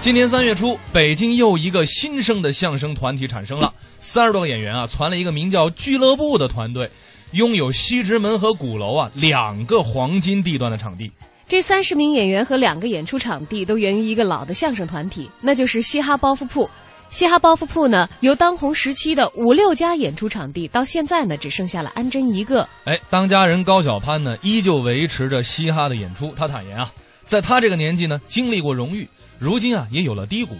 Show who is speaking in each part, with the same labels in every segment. Speaker 1: 今年三月初，北京又一个新生的相声团体产生了，三十多个演员啊，攒了一个名叫“俱乐部”的团队，拥有西直门和鼓楼啊两个黄金地段的场地。
Speaker 2: 这三十名演员和两个演出场地都源于一个老的相声团体，那就是嘻哈包袱铺。嘻哈包袱铺呢，由当红时期的五六家演出场地，到现在呢只剩下了安贞一个。
Speaker 1: 哎，当家人高晓攀呢，依旧维持着嘻哈的演出。他坦言啊，在他这个年纪呢，经历过荣誉，如今啊也有了低谷，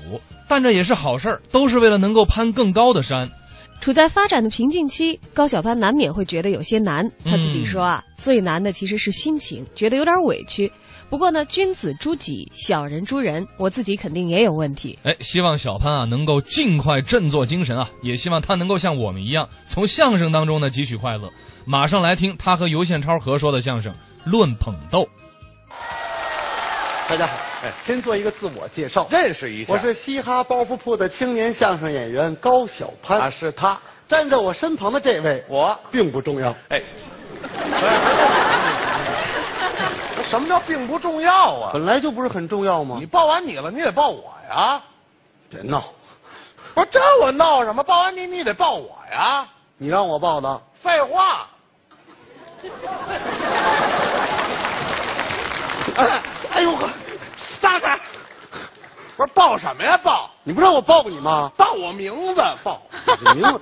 Speaker 1: 但这也是好事儿，都是为了能够攀更高的山。
Speaker 2: 处在发展的瓶颈期，高晓攀难免会觉得有些难。他自己说啊，最难的其实是心情，觉得有点委屈。不过呢，君子诛己，小人诛人，我自己肯定也有问题。
Speaker 1: 哎，希望小潘啊能够尽快振作精神啊，也希望他能够像我们一样，从相声当中呢汲取快乐。马上来听他和尤宪超合说的相声《论捧逗》。
Speaker 3: 大家好，哎，先做一个自我介绍，
Speaker 4: 认识一下。
Speaker 3: 我是嘻哈包袱铺的青年相声演员高晓攀
Speaker 4: 啊，是他。
Speaker 3: 站在我身旁的这位，
Speaker 4: 我
Speaker 3: 并不重要。
Speaker 4: 哎，什么叫并不重要啊？
Speaker 3: 本来就不是很重要吗
Speaker 4: 你？报完你了，你得报我呀。
Speaker 3: 别闹，
Speaker 4: 不是这我闹什么？报完你，你得报我呀。
Speaker 3: 你让我报的，
Speaker 4: 废话，
Speaker 3: 哎哎呦呵，
Speaker 4: 撒开！不是报什么呀？报
Speaker 3: 你不让我报你吗？
Speaker 4: 报我名字 报。
Speaker 3: 这名 字，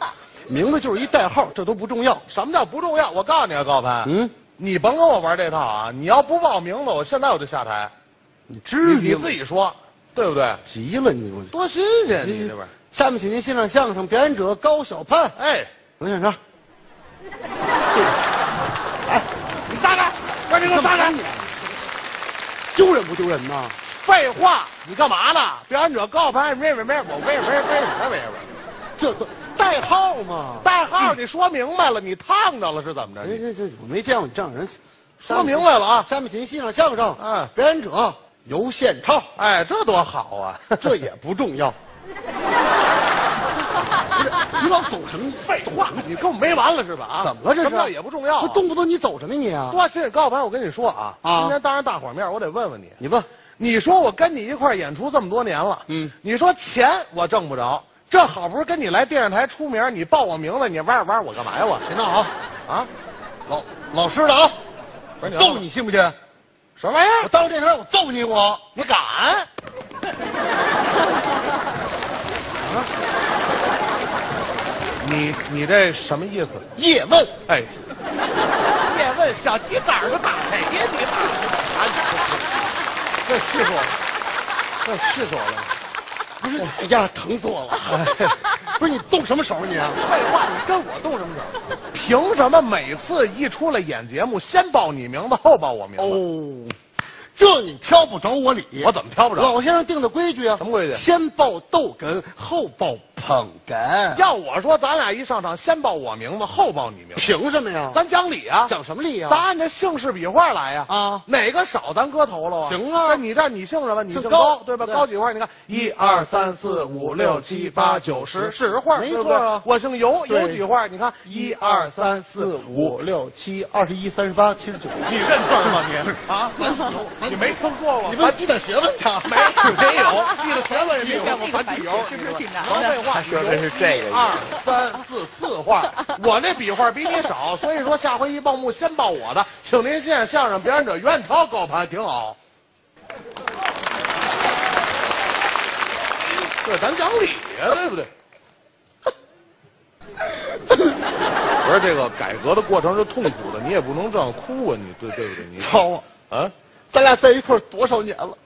Speaker 3: 名字就是一代号，这都不重要。
Speaker 4: 什么叫不重要？我告诉你啊，高攀，
Speaker 3: 嗯，
Speaker 4: 你甭跟我玩这套啊！你要不报名字，我现在我就下台。
Speaker 3: 你
Speaker 4: 你
Speaker 3: 至于
Speaker 4: 你
Speaker 3: 吗
Speaker 4: 自己说，对不对？
Speaker 3: 急了你，我
Speaker 4: 多新鲜啊！你这边，
Speaker 3: 下面请您欣赏相声表演者高晓攀。
Speaker 4: 哎，
Speaker 3: 文先生，
Speaker 4: 你撒开！赶紧给我撒开！
Speaker 3: 啊丢人不丢人呐？
Speaker 4: 废话，你干嘛呢？表演者告牌，没没没，我没没没没没没。
Speaker 3: 这都代号嘛。
Speaker 4: 代号你说明白了，你烫着了是怎么着？
Speaker 3: 行
Speaker 4: 你
Speaker 3: 行行，我没见过哎你这样人。
Speaker 4: 说明白了啊
Speaker 3: 下面请欣赏相声。
Speaker 4: 嗯
Speaker 3: 表演者尤宪 超，
Speaker 4: 哎，这多好啊！
Speaker 3: 这也不重要。不是你老走什么？
Speaker 4: 废话，你跟我没完了是吧？啊，
Speaker 3: 怎么了这是？
Speaker 4: 什么叫也不重要啊、
Speaker 3: 不动不动你走什么你啊？
Speaker 4: 多新鲜！告牌，我跟你说啊，
Speaker 3: 啊
Speaker 4: 今天当着大伙儿面，我得问问你，
Speaker 3: 你问，
Speaker 4: 你说我跟你一块儿演出这么多年了，
Speaker 3: 嗯
Speaker 4: 你说钱我挣不着，这好不容易跟你来电视台出名，你报我名字，你玩玩我干嘛呀？我
Speaker 3: 别闹啊！
Speaker 4: 啊，
Speaker 3: 老老实的啊
Speaker 4: 不是！你啊
Speaker 3: 揍你信不信？
Speaker 4: 什么玩意
Speaker 3: 我
Speaker 4: 儿？
Speaker 3: 当着这人我揍你我！
Speaker 4: 你敢？你你这什么意思？
Speaker 3: 叶问，
Speaker 4: 哎，叶问小鸡崽儿都打谁呀？你打这是我，这是我了。
Speaker 3: 不是，哎呀，疼死 我了！不是你动什么手啊你啊？
Speaker 4: 废话，你跟我动什么手？凭什么每次一出来演节目，先报你名字，后报我名字？
Speaker 3: 哦，这你挑不着我理，
Speaker 4: 我怎么挑不着
Speaker 3: 老先生定的规矩啊，
Speaker 4: 什么规矩
Speaker 3: 先爆豆哏，后爆捧哏。
Speaker 4: 要我说，咱俩一上场，先报我名字，后报你名字，
Speaker 3: 凭什么呀？
Speaker 4: 咱讲理啊！
Speaker 3: 讲什么理呀、
Speaker 4: 咱按这姓氏笔画来呀！
Speaker 3: 啊
Speaker 4: 哪个少咱搁头了啊？
Speaker 3: 行啊
Speaker 4: 那你这儿你姓什么？你姓
Speaker 3: 姓
Speaker 4: 高
Speaker 3: 高
Speaker 4: 对吧？
Speaker 3: 对
Speaker 4: 高几画？你看，一二三四五六七八九十，十画，
Speaker 3: 没
Speaker 4: 对不
Speaker 3: 错啊
Speaker 4: 对我姓尤，
Speaker 3: 对
Speaker 4: 尤几画？你看，一二三四五六，
Speaker 3: 六七二十一三十八七十九，
Speaker 4: 你认字儿 吗你？ 啊
Speaker 3: 樊子油
Speaker 4: 你没听说过
Speaker 3: 你
Speaker 4: 樊
Speaker 3: 问鸡蛋学问去啊？
Speaker 4: 没没有，记得全文也没见过繁体油，是不是挺难的？废话，
Speaker 3: 他说的是这个意思
Speaker 4: 一二三四四画，我那笔画比你少，所以说下回一报幕先报我的，请您欣赏相声表演者袁超高攀，挺好。对，咱讲理呀，对不 对？不是这个改革的过程是痛苦的，你也不能这样哭啊，你对对不对？ 你
Speaker 3: 超啊，
Speaker 4: 啊，
Speaker 3: 咱俩在一块儿多少年了？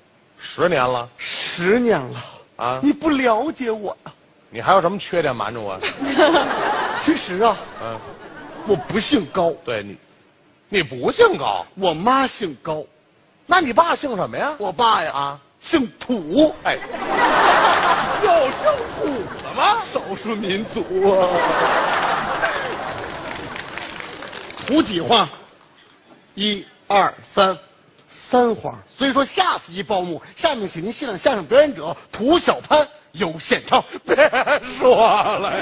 Speaker 4: 十年了
Speaker 3: 十年了
Speaker 4: 啊
Speaker 3: 你不了解 我呀。
Speaker 4: 你还有什么缺点瞒着我？
Speaker 3: 其实啊，
Speaker 4: 嗯，
Speaker 3: 我不姓高，
Speaker 4: 对你，你不姓高，
Speaker 3: 我妈姓高，
Speaker 4: 那你爸姓什么呀？
Speaker 3: 我爸呀
Speaker 4: 啊
Speaker 3: 姓土，
Speaker 4: 哎，有姓土的吗？
Speaker 3: 少数民族啊。土几画？一二三，三画。所以说下次一报幕，下面请您欣赏相声表演者涂小潘有现唱。
Speaker 4: 别说了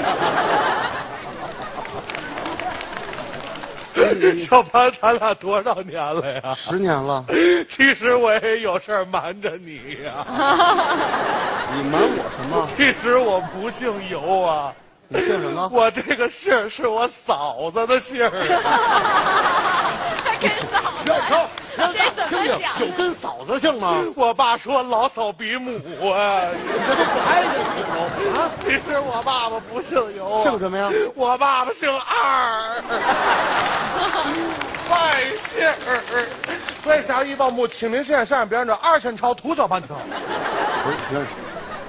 Speaker 4: 呀，小潘，咱俩多少年了呀？
Speaker 3: 十年了，
Speaker 4: 其实我也有事儿瞒着你呀、其实我不姓尤啊，
Speaker 3: 你姓什么？
Speaker 4: 我这个姓儿是我嫂子的姓 儿。啊
Speaker 5: 他跟嫂
Speaker 3: 不要不要不要
Speaker 5: 子，这怎么
Speaker 3: 听听，
Speaker 4: 啊
Speaker 5: 想？
Speaker 3: 有跟嫂子姓吗？
Speaker 4: 我爸说老嫂比母啊，
Speaker 3: 你这都不挨着骨头啊！
Speaker 4: 其实我爸爸不姓尤啊，
Speaker 3: 姓什么呀
Speaker 4: 我爸爸姓二， 外姓儿。为啥一报幕，请您现在上别人这二审朝土小半条。
Speaker 3: 不是，不是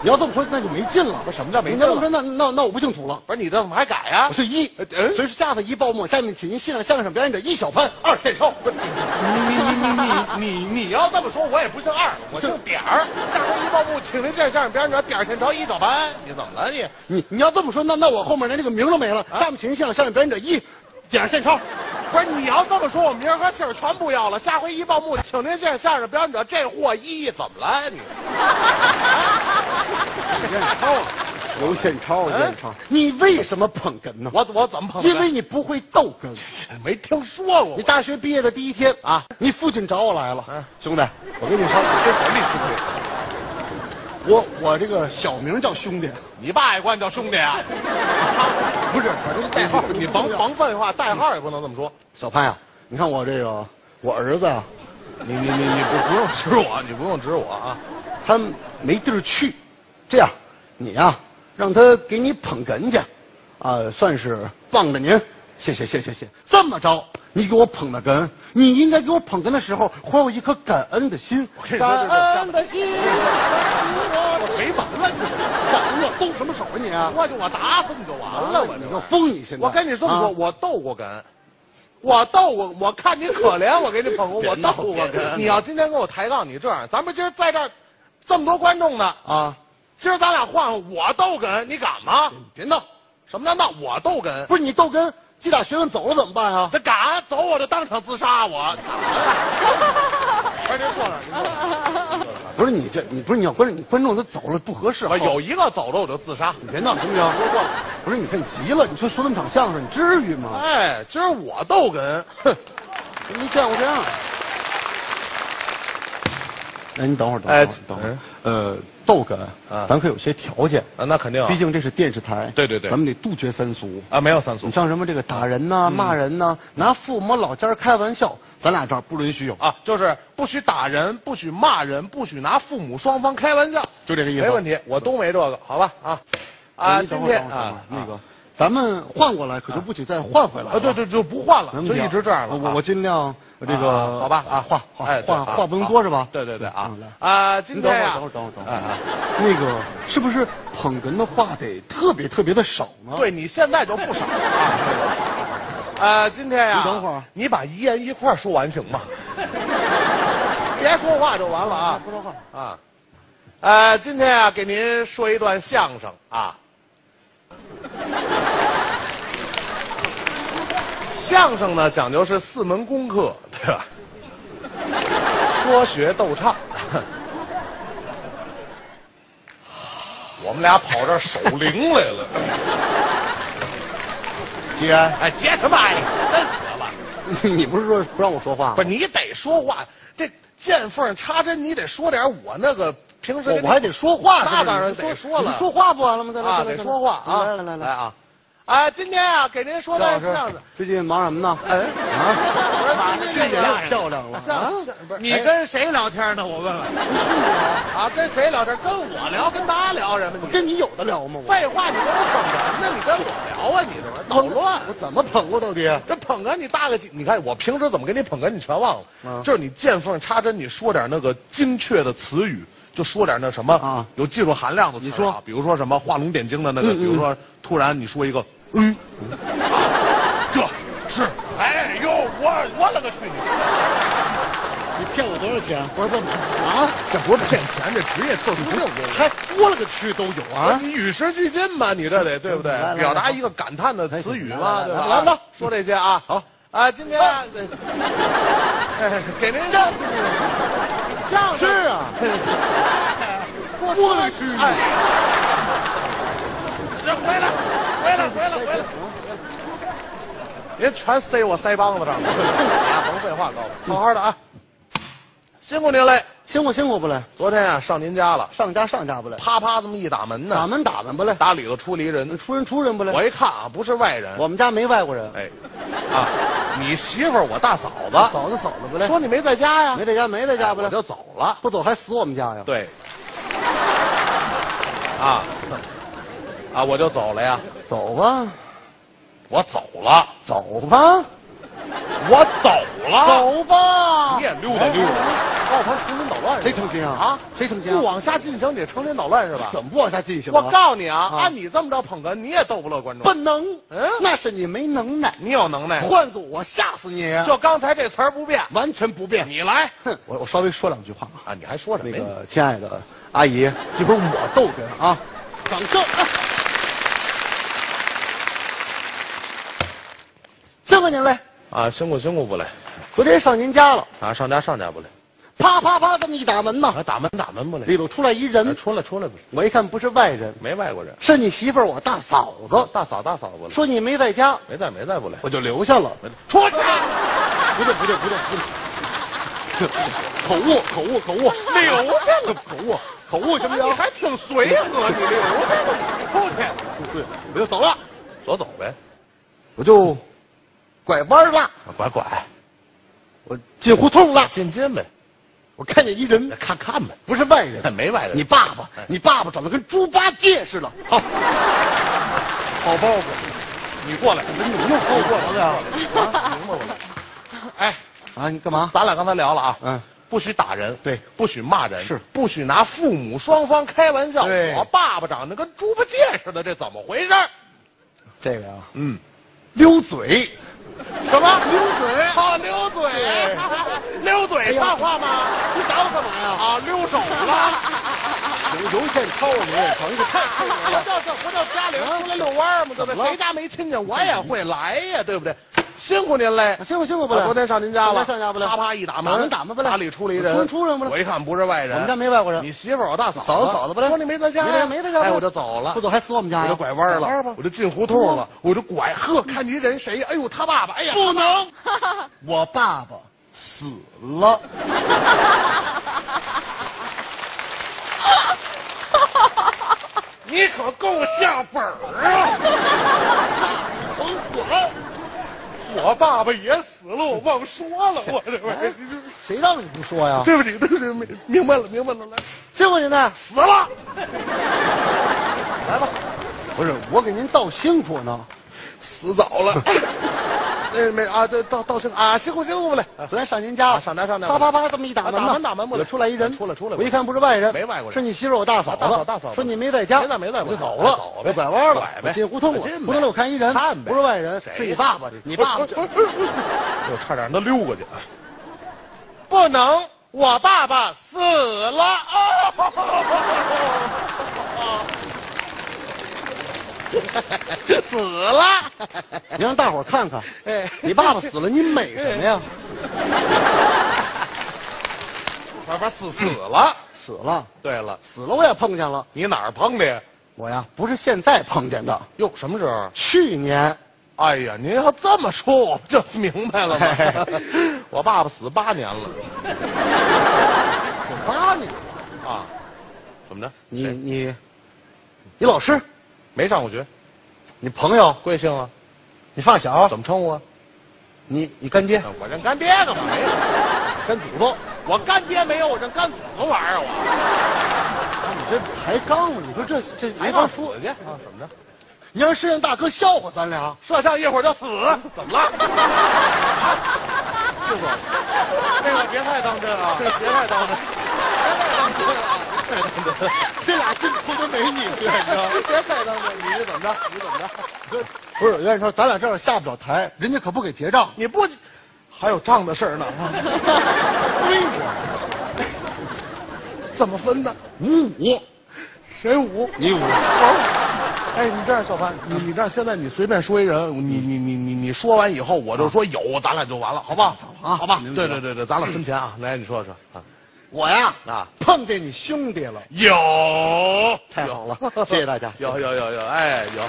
Speaker 3: 你要这么说，那就没劲了。
Speaker 4: 不是什么叫没劲
Speaker 3: 你
Speaker 4: 了
Speaker 3: 要这么说，那那那我不姓土了，
Speaker 4: 不是你这怎么还改呀、
Speaker 3: 我是一。
Speaker 4: 呃嗯
Speaker 3: 所以说下次一报幕，下面请您欣赏相声表演者一小潘二现超。
Speaker 4: 你你你你你要这么说，我也不姓二，我姓点儿。下回一报幕，请您现在上别人这点儿天朝一早班。你怎么了你？
Speaker 3: 你你要这么说，那那我后面连这个名儿都没了。
Speaker 4: 啊
Speaker 3: 下面请您欣赏相声表演者一，点儿现超。
Speaker 4: 不是你要这么说，我名儿和姓儿全不要了。下回一报幕，请您见相声表演者这货一怎么了你？
Speaker 3: 现
Speaker 4: 啊
Speaker 3: 超，刘现超，
Speaker 4: 嗯
Speaker 3: 现超，你为什么捧哏呢？
Speaker 4: 我我怎么捧哏？
Speaker 3: 因为你不会逗哏。
Speaker 4: 没听说过
Speaker 3: 你大学毕业的第一天
Speaker 4: 啊
Speaker 3: 你父亲找我来了，
Speaker 4: 嗯
Speaker 3: 兄弟，我跟你说，
Speaker 4: 这什么兄弟？
Speaker 3: 我我这个小名叫兄弟，
Speaker 4: 你爸也管你叫兄弟啊？
Speaker 3: 不是，我这个代号，
Speaker 4: 你甭甭废话，代号也不能这么说。
Speaker 3: 小潘呀、你看我这个我儿子啊，
Speaker 4: 你你你你不不用指我，你不用指我啊！
Speaker 3: 他没地儿去，这样，你呀、让他给你捧哏去，啊，算是帮着您，谢谢谢谢谢。这么着，你给我捧的哏，你应该给我捧哏的时候怀有一颗感恩的心
Speaker 4: 我跟，你说
Speaker 3: 感恩的心。
Speaker 4: 我没完了你！
Speaker 3: 完了，动什么手啊你啊？
Speaker 4: 我就我打死你就完
Speaker 3: 完
Speaker 4: 了！
Speaker 3: 了，
Speaker 4: 我
Speaker 3: 你
Speaker 4: 这
Speaker 3: 就疯你现在。
Speaker 4: 我跟你这么说，
Speaker 3: 啊
Speaker 4: 我逗过哏，我逗过，我看你可怜，我给你 捧过，我
Speaker 3: 别闹
Speaker 4: 逗过
Speaker 3: 别闹
Speaker 4: 哏。你要今天跟我抬杠，你这样，咱们今儿在这儿这么多观众呢，
Speaker 3: 啊，
Speaker 4: 今儿咱俩换换，我逗哏，你敢吗？
Speaker 3: 别闹，
Speaker 4: 什么叫闹？我逗哏，
Speaker 3: 不是你逗哏，击打学问走了怎么办啊？
Speaker 4: 那敢走我就当场自杀我。不是您坐那儿，您坐那儿。
Speaker 3: 不是你这，你不是你要观众，你观众他走了不合适。
Speaker 4: 我
Speaker 3: 好
Speaker 4: 啊有一个走了我就自杀。
Speaker 3: 你别闹行不行？
Speaker 4: 说过了
Speaker 3: 不是你看急了，你说说那么场相声，你至于吗？
Speaker 4: 哎，今儿我逗哏，哼。
Speaker 3: 没见过这样。哎，你等会儿，等会
Speaker 4: 哎
Speaker 3: 儿，等会儿。呃，逗哏，
Speaker 4: 啊
Speaker 3: 咱可有些条件，
Speaker 4: 啊，那肯定啊
Speaker 3: 毕竟这是电视台，
Speaker 4: 对对对
Speaker 3: 咱们得杜绝三俗。
Speaker 4: 啊，没有三
Speaker 3: 你像什么这个打人呐、骂人呐、拿父母老家儿开玩笑，咱俩这儿不允许有。
Speaker 4: 啊，就是不许打人，不许骂人，不许拿父母双方开玩笑，
Speaker 3: 就这个意思
Speaker 4: 没问题，我都没这个，好吧啊，啊，
Speaker 3: 你哎等
Speaker 4: 今
Speaker 3: 会儿
Speaker 4: 天
Speaker 3: 等会儿
Speaker 4: 啊
Speaker 3: 等会儿那个，咱们换过来可就不许再换回来了。
Speaker 4: 啊，对对，就不换了，
Speaker 3: 能不
Speaker 4: 就
Speaker 3: 行，
Speaker 4: 一直这样了。
Speaker 3: 我
Speaker 4: 啊
Speaker 3: 我尽量我这
Speaker 4: 啊
Speaker 3: 个
Speaker 4: 好吧啊，
Speaker 3: 话话
Speaker 4: 哎对
Speaker 3: 话
Speaker 4: 啊
Speaker 3: 话不能
Speaker 4: 好
Speaker 3: 多是吧？
Speaker 4: 对对对啊
Speaker 3: 嗯来
Speaker 4: 啊，今
Speaker 3: 您等会
Speaker 4: 天
Speaker 3: 儿
Speaker 4: 呀，
Speaker 3: 等会儿等会儿等会
Speaker 4: 啊
Speaker 3: 儿
Speaker 4: 啊，
Speaker 3: 那个是不是捧哏的话得特别特别的少呢？
Speaker 4: 对，你现在 就不少了啊。呃，今天呀，
Speaker 3: 你等会儿
Speaker 4: 你把一言一块儿说完行 吗？别说话就完了啊，
Speaker 3: 不说话
Speaker 4: 啊。呃，今天啊，给您说一段相声 啊。相声呢，讲究是四门功课，对吧？说学 逗唱。我们俩跑这儿守灵来了。
Speaker 3: 吉 安，
Speaker 4: 哎，结什么爱？真死吧！
Speaker 3: 你不是说不让我说话吗？
Speaker 4: 不是你得说话，这见缝插针，你得说点我那个平时
Speaker 3: 我我还得说话是不
Speaker 4: 那
Speaker 3: 是，
Speaker 4: 当然
Speaker 3: 你
Speaker 4: 得说
Speaker 3: 你
Speaker 4: 了，
Speaker 3: 说话不完了吗？再来
Speaker 4: 啊，
Speaker 3: 再来
Speaker 4: 得
Speaker 3: 再来
Speaker 4: 说话啊！
Speaker 3: 来来来
Speaker 4: 来
Speaker 3: 来，
Speaker 4: 啊！啊，今天啊，给您说
Speaker 3: 赵老
Speaker 4: 段
Speaker 3: 师
Speaker 4: 相声。
Speaker 3: 最近忙什么呢？
Speaker 4: 嗯
Speaker 3: 啊，
Speaker 4: 我说咱们哎这个
Speaker 3: 太漂亮了啊
Speaker 4: 相声不是
Speaker 3: 哎
Speaker 4: 跟谁聊天呢？我问问。
Speaker 3: 不是我，
Speaker 4: 啊，跟谁聊天？跟我聊， 跟他聊什么？你
Speaker 3: 跟你有的聊吗？我
Speaker 4: 废话，你跟我捧哏呢？你跟我聊啊？你这玩意儿捣乱。
Speaker 3: 我怎么捧过到底？
Speaker 4: 这捧哏你大个几？你看我平时怎么给你捧哏，你全忘了。
Speaker 3: 嗯
Speaker 4: 就是你见缝插针，你说点那个精确的词语，就说点那什么、
Speaker 3: 啊
Speaker 4: 有技术含量的词、啊。
Speaker 3: 你说
Speaker 4: 比如说什么画龙点睛的那个，
Speaker 3: 嗯嗯
Speaker 4: 比如说突然你说一个，嗯，啊这是，哎呦，我我勒个去 你！
Speaker 3: 你骗我多少钱？我说不啊，
Speaker 4: 这不是骗钱，这职业特殊性
Speaker 3: 还多了个区都有啊！
Speaker 4: 你与时俱进嘛，你这得对不对
Speaker 3: 来来？来
Speaker 4: 表达一个感叹的词语嘛，
Speaker 3: 来来来
Speaker 4: 对吧？
Speaker 3: 来来来
Speaker 4: 说这些啊，
Speaker 3: 好
Speaker 4: 啊，今天啊哎 给您这相
Speaker 3: 是
Speaker 4: 声
Speaker 3: 啊，
Speaker 4: 过
Speaker 3: 多了去
Speaker 4: 哎，这回来，回来，回来，回来。 您全 啊塞我腮帮子上了，哎呀甭废话，高，好好的啊，辛苦您嘞。
Speaker 3: 辛苦辛苦不来，
Speaker 4: 昨天啊，上您家了，
Speaker 3: 上家上家不来，
Speaker 4: 啪啪这么一打门呢，
Speaker 3: 打门打门不来，
Speaker 4: 打里头出了一人，
Speaker 3: 出人出人不来。
Speaker 4: 我一看啊，不是外人，
Speaker 3: 我们家没外国人，
Speaker 4: 哎，啊，你媳妇儿我大嫂子，
Speaker 3: 嫂子嫂子不来，
Speaker 4: 说你没在家呀，哎
Speaker 3: 没在家没在家不
Speaker 4: 我
Speaker 3: 来，
Speaker 4: 就走了，
Speaker 3: 不走还死我们家呀。，
Speaker 4: 对，啊，啊，我就走了呀，
Speaker 3: 走吧，
Speaker 4: 我走了，
Speaker 3: 走吧，
Speaker 4: 我走啊哎了，
Speaker 3: 走吧。
Speaker 4: 啊
Speaker 3: 哎
Speaker 4: 你也溜达溜达，
Speaker 3: 抱团成群捣乱，谁成心啊？
Speaker 4: 啊
Speaker 3: 谁成心啊？
Speaker 4: 不往下进行，你成天捣乱是吧？
Speaker 3: 怎么不往下进行啊？
Speaker 4: 我告诉你啊，
Speaker 3: 啊
Speaker 4: 按你这么着捧哏，你也逗不乐观众。
Speaker 3: 不，能，
Speaker 4: 嗯
Speaker 3: 那是你没能耐。
Speaker 4: 你有能耐。
Speaker 3: 换做我，吓死你！
Speaker 4: 就刚才这词儿不变，
Speaker 3: 啊完全不变。
Speaker 4: 你来
Speaker 3: 哼，我我稍微说两句话啊。
Speaker 4: 啊！你还说什么
Speaker 3: 那
Speaker 4: 呀？
Speaker 3: 个亲爱的阿姨，一会儿我逗哏啊，掌声。辛苦您嘞，
Speaker 4: 啊，辛苦辛苦不来
Speaker 3: 昨天上您家了，
Speaker 4: 啊，上家上家不来
Speaker 3: 啪啪啪这么一打门呐，
Speaker 4: 啊，打门打门不来
Speaker 3: 里头啊出来一人，
Speaker 4: 啊出来出来不来，
Speaker 3: 我一看不是外人，
Speaker 4: 没外国人，
Speaker 3: 是你媳妇儿我大嫂子，
Speaker 4: 大嫂大嫂不来，
Speaker 3: 说你没在家，
Speaker 4: 没在没在不来，
Speaker 3: 我就留下了。
Speaker 4: 出去！
Speaker 3: 不对不对不对不对，口误口误口误，
Speaker 4: 留下了
Speaker 3: 口误口误啊行不行？
Speaker 4: 你还挺随和，你留下吧，出去，
Speaker 3: 不对，我就走了，
Speaker 4: 左走呗，
Speaker 3: 我就拐弯了，
Speaker 4: 啊拐拐
Speaker 3: 我进胡同了，
Speaker 4: 进进呗，
Speaker 3: 我看见一人，
Speaker 4: 看看呗，
Speaker 3: 不是外 人，
Speaker 4: 没外人，
Speaker 3: 你爸爸
Speaker 4: 哎，
Speaker 3: 你爸爸长得跟猪八戒似的， 好，好包袱，
Speaker 4: 你过来，
Speaker 3: 你怎么又说 我了呢？
Speaker 4: 啊明白我了。哎，
Speaker 3: 啊，你干嘛？
Speaker 4: 咱俩刚才聊了啊，
Speaker 3: 嗯，
Speaker 4: 不许打人，
Speaker 3: 对
Speaker 4: 不许骂人，
Speaker 3: 是
Speaker 4: 不许拿父母双方开玩笑。
Speaker 3: 对
Speaker 4: 我爸爸长得跟猪八戒似的，这怎么回事？
Speaker 3: 这个呀，
Speaker 4: 嗯，
Speaker 3: 溜嘴，
Speaker 4: 什么
Speaker 3: 溜啊嘴哎
Speaker 4: 好溜嘴， 溜嘴像话吗？
Speaker 3: 你打我干嘛呀？
Speaker 4: 啊，溜 手了。
Speaker 3: 有油线掏我没有？疼 是太
Speaker 4: 这这这不叫家里人出来遛弯儿吗？对不
Speaker 3: 怎
Speaker 4: 对？
Speaker 3: 么了嗯
Speaker 4: 谁家没亲戚，我也会来呀，对不对？辛苦您嘞，
Speaker 3: 啊辛苦辛苦不
Speaker 4: 我
Speaker 3: 了。
Speaker 4: 昨天上您家
Speaker 3: 昨
Speaker 4: 了，
Speaker 3: 天上家不了。
Speaker 4: 啪啪一打门，
Speaker 3: 打门打门不了。
Speaker 4: 打里出了一人，
Speaker 3: 出人出人不了。
Speaker 4: 我一看不是外人，
Speaker 3: 我们家没外国人
Speaker 4: 你媳妇儿我大嫂子，
Speaker 3: 嫂子嫂子不来。
Speaker 4: 说你没在家呀，
Speaker 3: 没在家没在家不来。
Speaker 4: 哎，我就走了，
Speaker 3: 不走还死我们家
Speaker 4: 我
Speaker 3: 呀。
Speaker 4: 就拐弯
Speaker 3: 拐
Speaker 4: 了
Speaker 3: 吧，嗯
Speaker 4: 我就进胡同了，我就拐，呵，看你人谁呀？哎呦，他爸爸，哎呀，
Speaker 3: 不 能，我爸爸死了。
Speaker 4: 你可够下本儿啊！ 甭管，我爸爸也死了，我忘说了，我这玩意儿，
Speaker 3: 谁让你不说呀？
Speaker 4: 对不起，对不起，明明白了，明白了，来，
Speaker 3: 辛苦您了。
Speaker 4: 死了，
Speaker 3: 来吧。不是，我给您道辛苦呢。
Speaker 4: 死早 了。
Speaker 3: 哎
Speaker 4: 那没啊，对，到到这个啊，辛苦辛苦不了，
Speaker 3: 昨天上您家
Speaker 4: 啊，上哪上哪
Speaker 3: 啪啪啪，这么一打
Speaker 4: 啊
Speaker 3: 门呢，
Speaker 4: 打门打门不来
Speaker 3: 我出来一人，
Speaker 4: 出来出来
Speaker 3: 我一看不是外人，
Speaker 4: 没外国人
Speaker 3: 是你媳妇儿我大嫂
Speaker 4: 啊
Speaker 3: 子，
Speaker 4: 大嫂大嫂子
Speaker 3: 说你没在家，
Speaker 4: 没在没在
Speaker 3: 我就走
Speaker 4: 我
Speaker 3: 了，
Speaker 4: 走呗
Speaker 3: 我拐弯了，
Speaker 4: 拐呗
Speaker 3: 我进胡同了，
Speaker 4: 进呗
Speaker 3: 胡同里我看一人
Speaker 4: 看，呗
Speaker 3: 不是外人，
Speaker 4: 谁呀
Speaker 3: 是你爸爸，你爸 爸
Speaker 4: 不是 不是不是我哎差点让他溜过去。不能，我爸爸死了。 死 了，
Speaker 3: 你让大伙儿看看
Speaker 4: 哎，
Speaker 3: 你爸爸死了，你美什么呀？
Speaker 4: 爸爸死死了。
Speaker 3: 死了，
Speaker 4: 对了，
Speaker 3: 死了，我也碰见了，
Speaker 4: 你哪儿碰的呀？
Speaker 3: 我呀不是现在碰见的，
Speaker 4: 哟，什么时候？
Speaker 3: 去年
Speaker 4: 哎呀，您要这么说，我不 就明白了吗
Speaker 3: 嘿？
Speaker 4: 我爸爸死八年了
Speaker 3: 九八年，
Speaker 4: 啊，怎么着？
Speaker 3: 你
Speaker 4: 谁
Speaker 3: 你，你老师，
Speaker 4: 没上过学？
Speaker 3: 你朋友，
Speaker 4: 贵姓啊？
Speaker 3: 你发小
Speaker 4: 怎，么称呼啊？
Speaker 3: 你你干爹，
Speaker 4: 嗯我认干爹干嘛呀？
Speaker 3: 干祖宗。
Speaker 4: 我干爹没有，我认干祖宗玩意儿啊我。
Speaker 3: 啊你这抬杠了，你说这这没
Speaker 4: 法
Speaker 3: 法说
Speaker 4: 去啊？怎么着？
Speaker 3: 你让摄像大哥笑话咱俩，
Speaker 4: 摄像一会儿就死，怎 么了？师傅，那个别太当真 啊，别太当真，别太当 真啊，
Speaker 3: 这俩镜头都没你了，你知
Speaker 4: 别
Speaker 3: 道
Speaker 4: 太当
Speaker 3: 吗
Speaker 4: 真， 别太当真，你是怎么着？ 你怎么着？
Speaker 3: 不是，袁绍，咱俩这样下不了台，人家可不给结账。
Speaker 4: 你 不还有账的事 儿呢？
Speaker 3: 对我
Speaker 4: 怎么分的？
Speaker 3: 五五，
Speaker 4: 谁五？
Speaker 3: 你五，嗯
Speaker 4: 哎，你这样，小潘，你你这样，现在你随便说一人，你你你你你说完以后，我就说有，咱俩就完了，好吧？
Speaker 3: 啊
Speaker 4: 啊好吧？
Speaker 3: 明白
Speaker 4: 对对对对，咱俩分钱啊！来，你说说啊，
Speaker 3: 我呀
Speaker 4: 啊
Speaker 3: 碰见你兄弟了，
Speaker 4: 有，
Speaker 3: 太好 了谢谢大家
Speaker 4: 有有有有，哎有，啊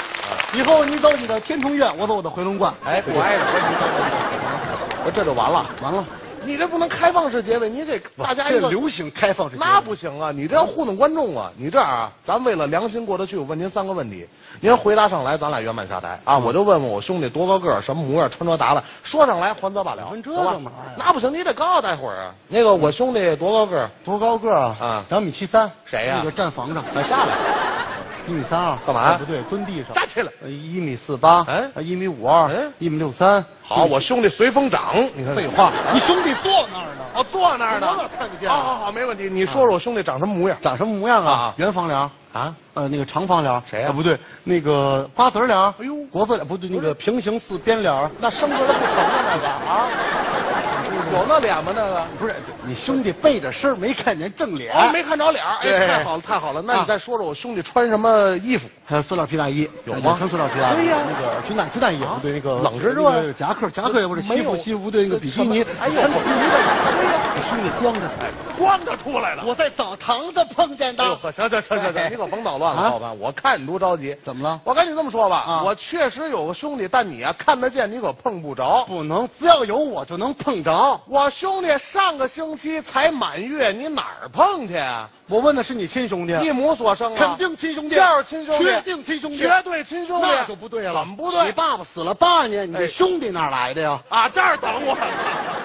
Speaker 3: 以后你走你
Speaker 4: 哎
Speaker 3: 的天通苑，我走我的回龙观。
Speaker 4: 哎，不挨着，我我这就完了，
Speaker 3: 完了，
Speaker 4: 你这不能开放式结尾，你得大家一
Speaker 3: 这
Speaker 4: 个
Speaker 3: 流行开放式结尾，
Speaker 4: 那不行啊！你这要糊弄观众啊！你这样啊，咱为了良心过得去，我问您三个问题，您要回答上来，咱俩圆满下台
Speaker 3: 嗯
Speaker 4: 啊！我就问问我兄弟多高个儿，什么模样，穿着打扮，说上来还则罢了。
Speaker 3: 问这
Speaker 4: 好吧
Speaker 3: 干嘛呀
Speaker 4: 那不行，你得告诉大伙儿啊！那个我兄弟多高个儿？
Speaker 3: 多高个儿啊？
Speaker 4: 啊
Speaker 3: 两米七三。
Speaker 4: 谁呀
Speaker 3: 那个站房上，哎
Speaker 4: 快下来！
Speaker 3: 一米三二。
Speaker 4: 干嘛呀
Speaker 3: 哦不对，蹲地上。
Speaker 4: 站起来！
Speaker 3: 呃一米四八，
Speaker 4: 哎
Speaker 3: 呃一米五二，
Speaker 4: 哎
Speaker 3: 一米六三。
Speaker 4: 好，我兄弟随风长，你
Speaker 3: 嗯
Speaker 4: 看啊
Speaker 3: 废话，你兄弟坐那儿呢，
Speaker 4: 哦，坐那儿呢，
Speaker 3: 我哪看得见啊
Speaker 4: 好好好，没问题。你说说我兄弟长什么模样？
Speaker 3: 长什么模样啊
Speaker 4: 啊？
Speaker 3: 圆房梁，
Speaker 4: 啊？
Speaker 3: 呃，那个长房梁，
Speaker 4: 谁呀
Speaker 3: 啊不对，那个瓜子儿梁，
Speaker 4: 哎呦
Speaker 3: 国字梁不对，那个平行四边梁，
Speaker 4: 那生出来不成的那个 啊？有那脸吗？那个？
Speaker 3: 不是你兄弟背着身儿没看见正脸，
Speaker 4: 哦，没看着脸儿，哎，
Speaker 3: 对
Speaker 4: 太好了，太好了。那
Speaker 3: 啊
Speaker 4: 你再说说我兄弟穿什么衣服？
Speaker 3: 还有塑料皮大衣，
Speaker 4: 有吗
Speaker 3: 也穿塑料皮大衣，
Speaker 4: 对呀
Speaker 3: 那个军大军大衣也不对，那个
Speaker 4: 冷是热
Speaker 3: 那个夹克夹克也不是，
Speaker 4: 没
Speaker 3: 西
Speaker 4: 有
Speaker 3: 服西服不对，那个比基尼，
Speaker 4: 什么哎呦
Speaker 3: 穿比基尼的，我兄弟光着腿，
Speaker 4: 哎光着出来了。
Speaker 3: 我在澡堂子碰见
Speaker 4: 哎呦呵，行行行行行，你可甭捣乱
Speaker 3: 啊
Speaker 4: 了，老板，我看你都着急。
Speaker 3: 怎么了
Speaker 4: 我跟你这么说
Speaker 3: 啊
Speaker 4: 吧，我确实有个兄弟，但你啊看得见，你可碰不着。
Speaker 3: 不能，只要有我就能碰着。
Speaker 4: 我兄弟上个星期才满月，你哪儿碰去啊？
Speaker 3: 我问的是你亲兄弟，
Speaker 4: 一母所生啊，
Speaker 3: 肯定亲兄弟，
Speaker 4: 就是亲兄弟，
Speaker 3: 确定亲兄弟，
Speaker 4: 绝对亲兄弟，
Speaker 3: 那就不对了，
Speaker 4: 怎么不对？
Speaker 3: 你爸爸死了八年，你这
Speaker 4: 哎
Speaker 3: 兄弟哪儿来的呀？
Speaker 4: 啊，这儿等我呢。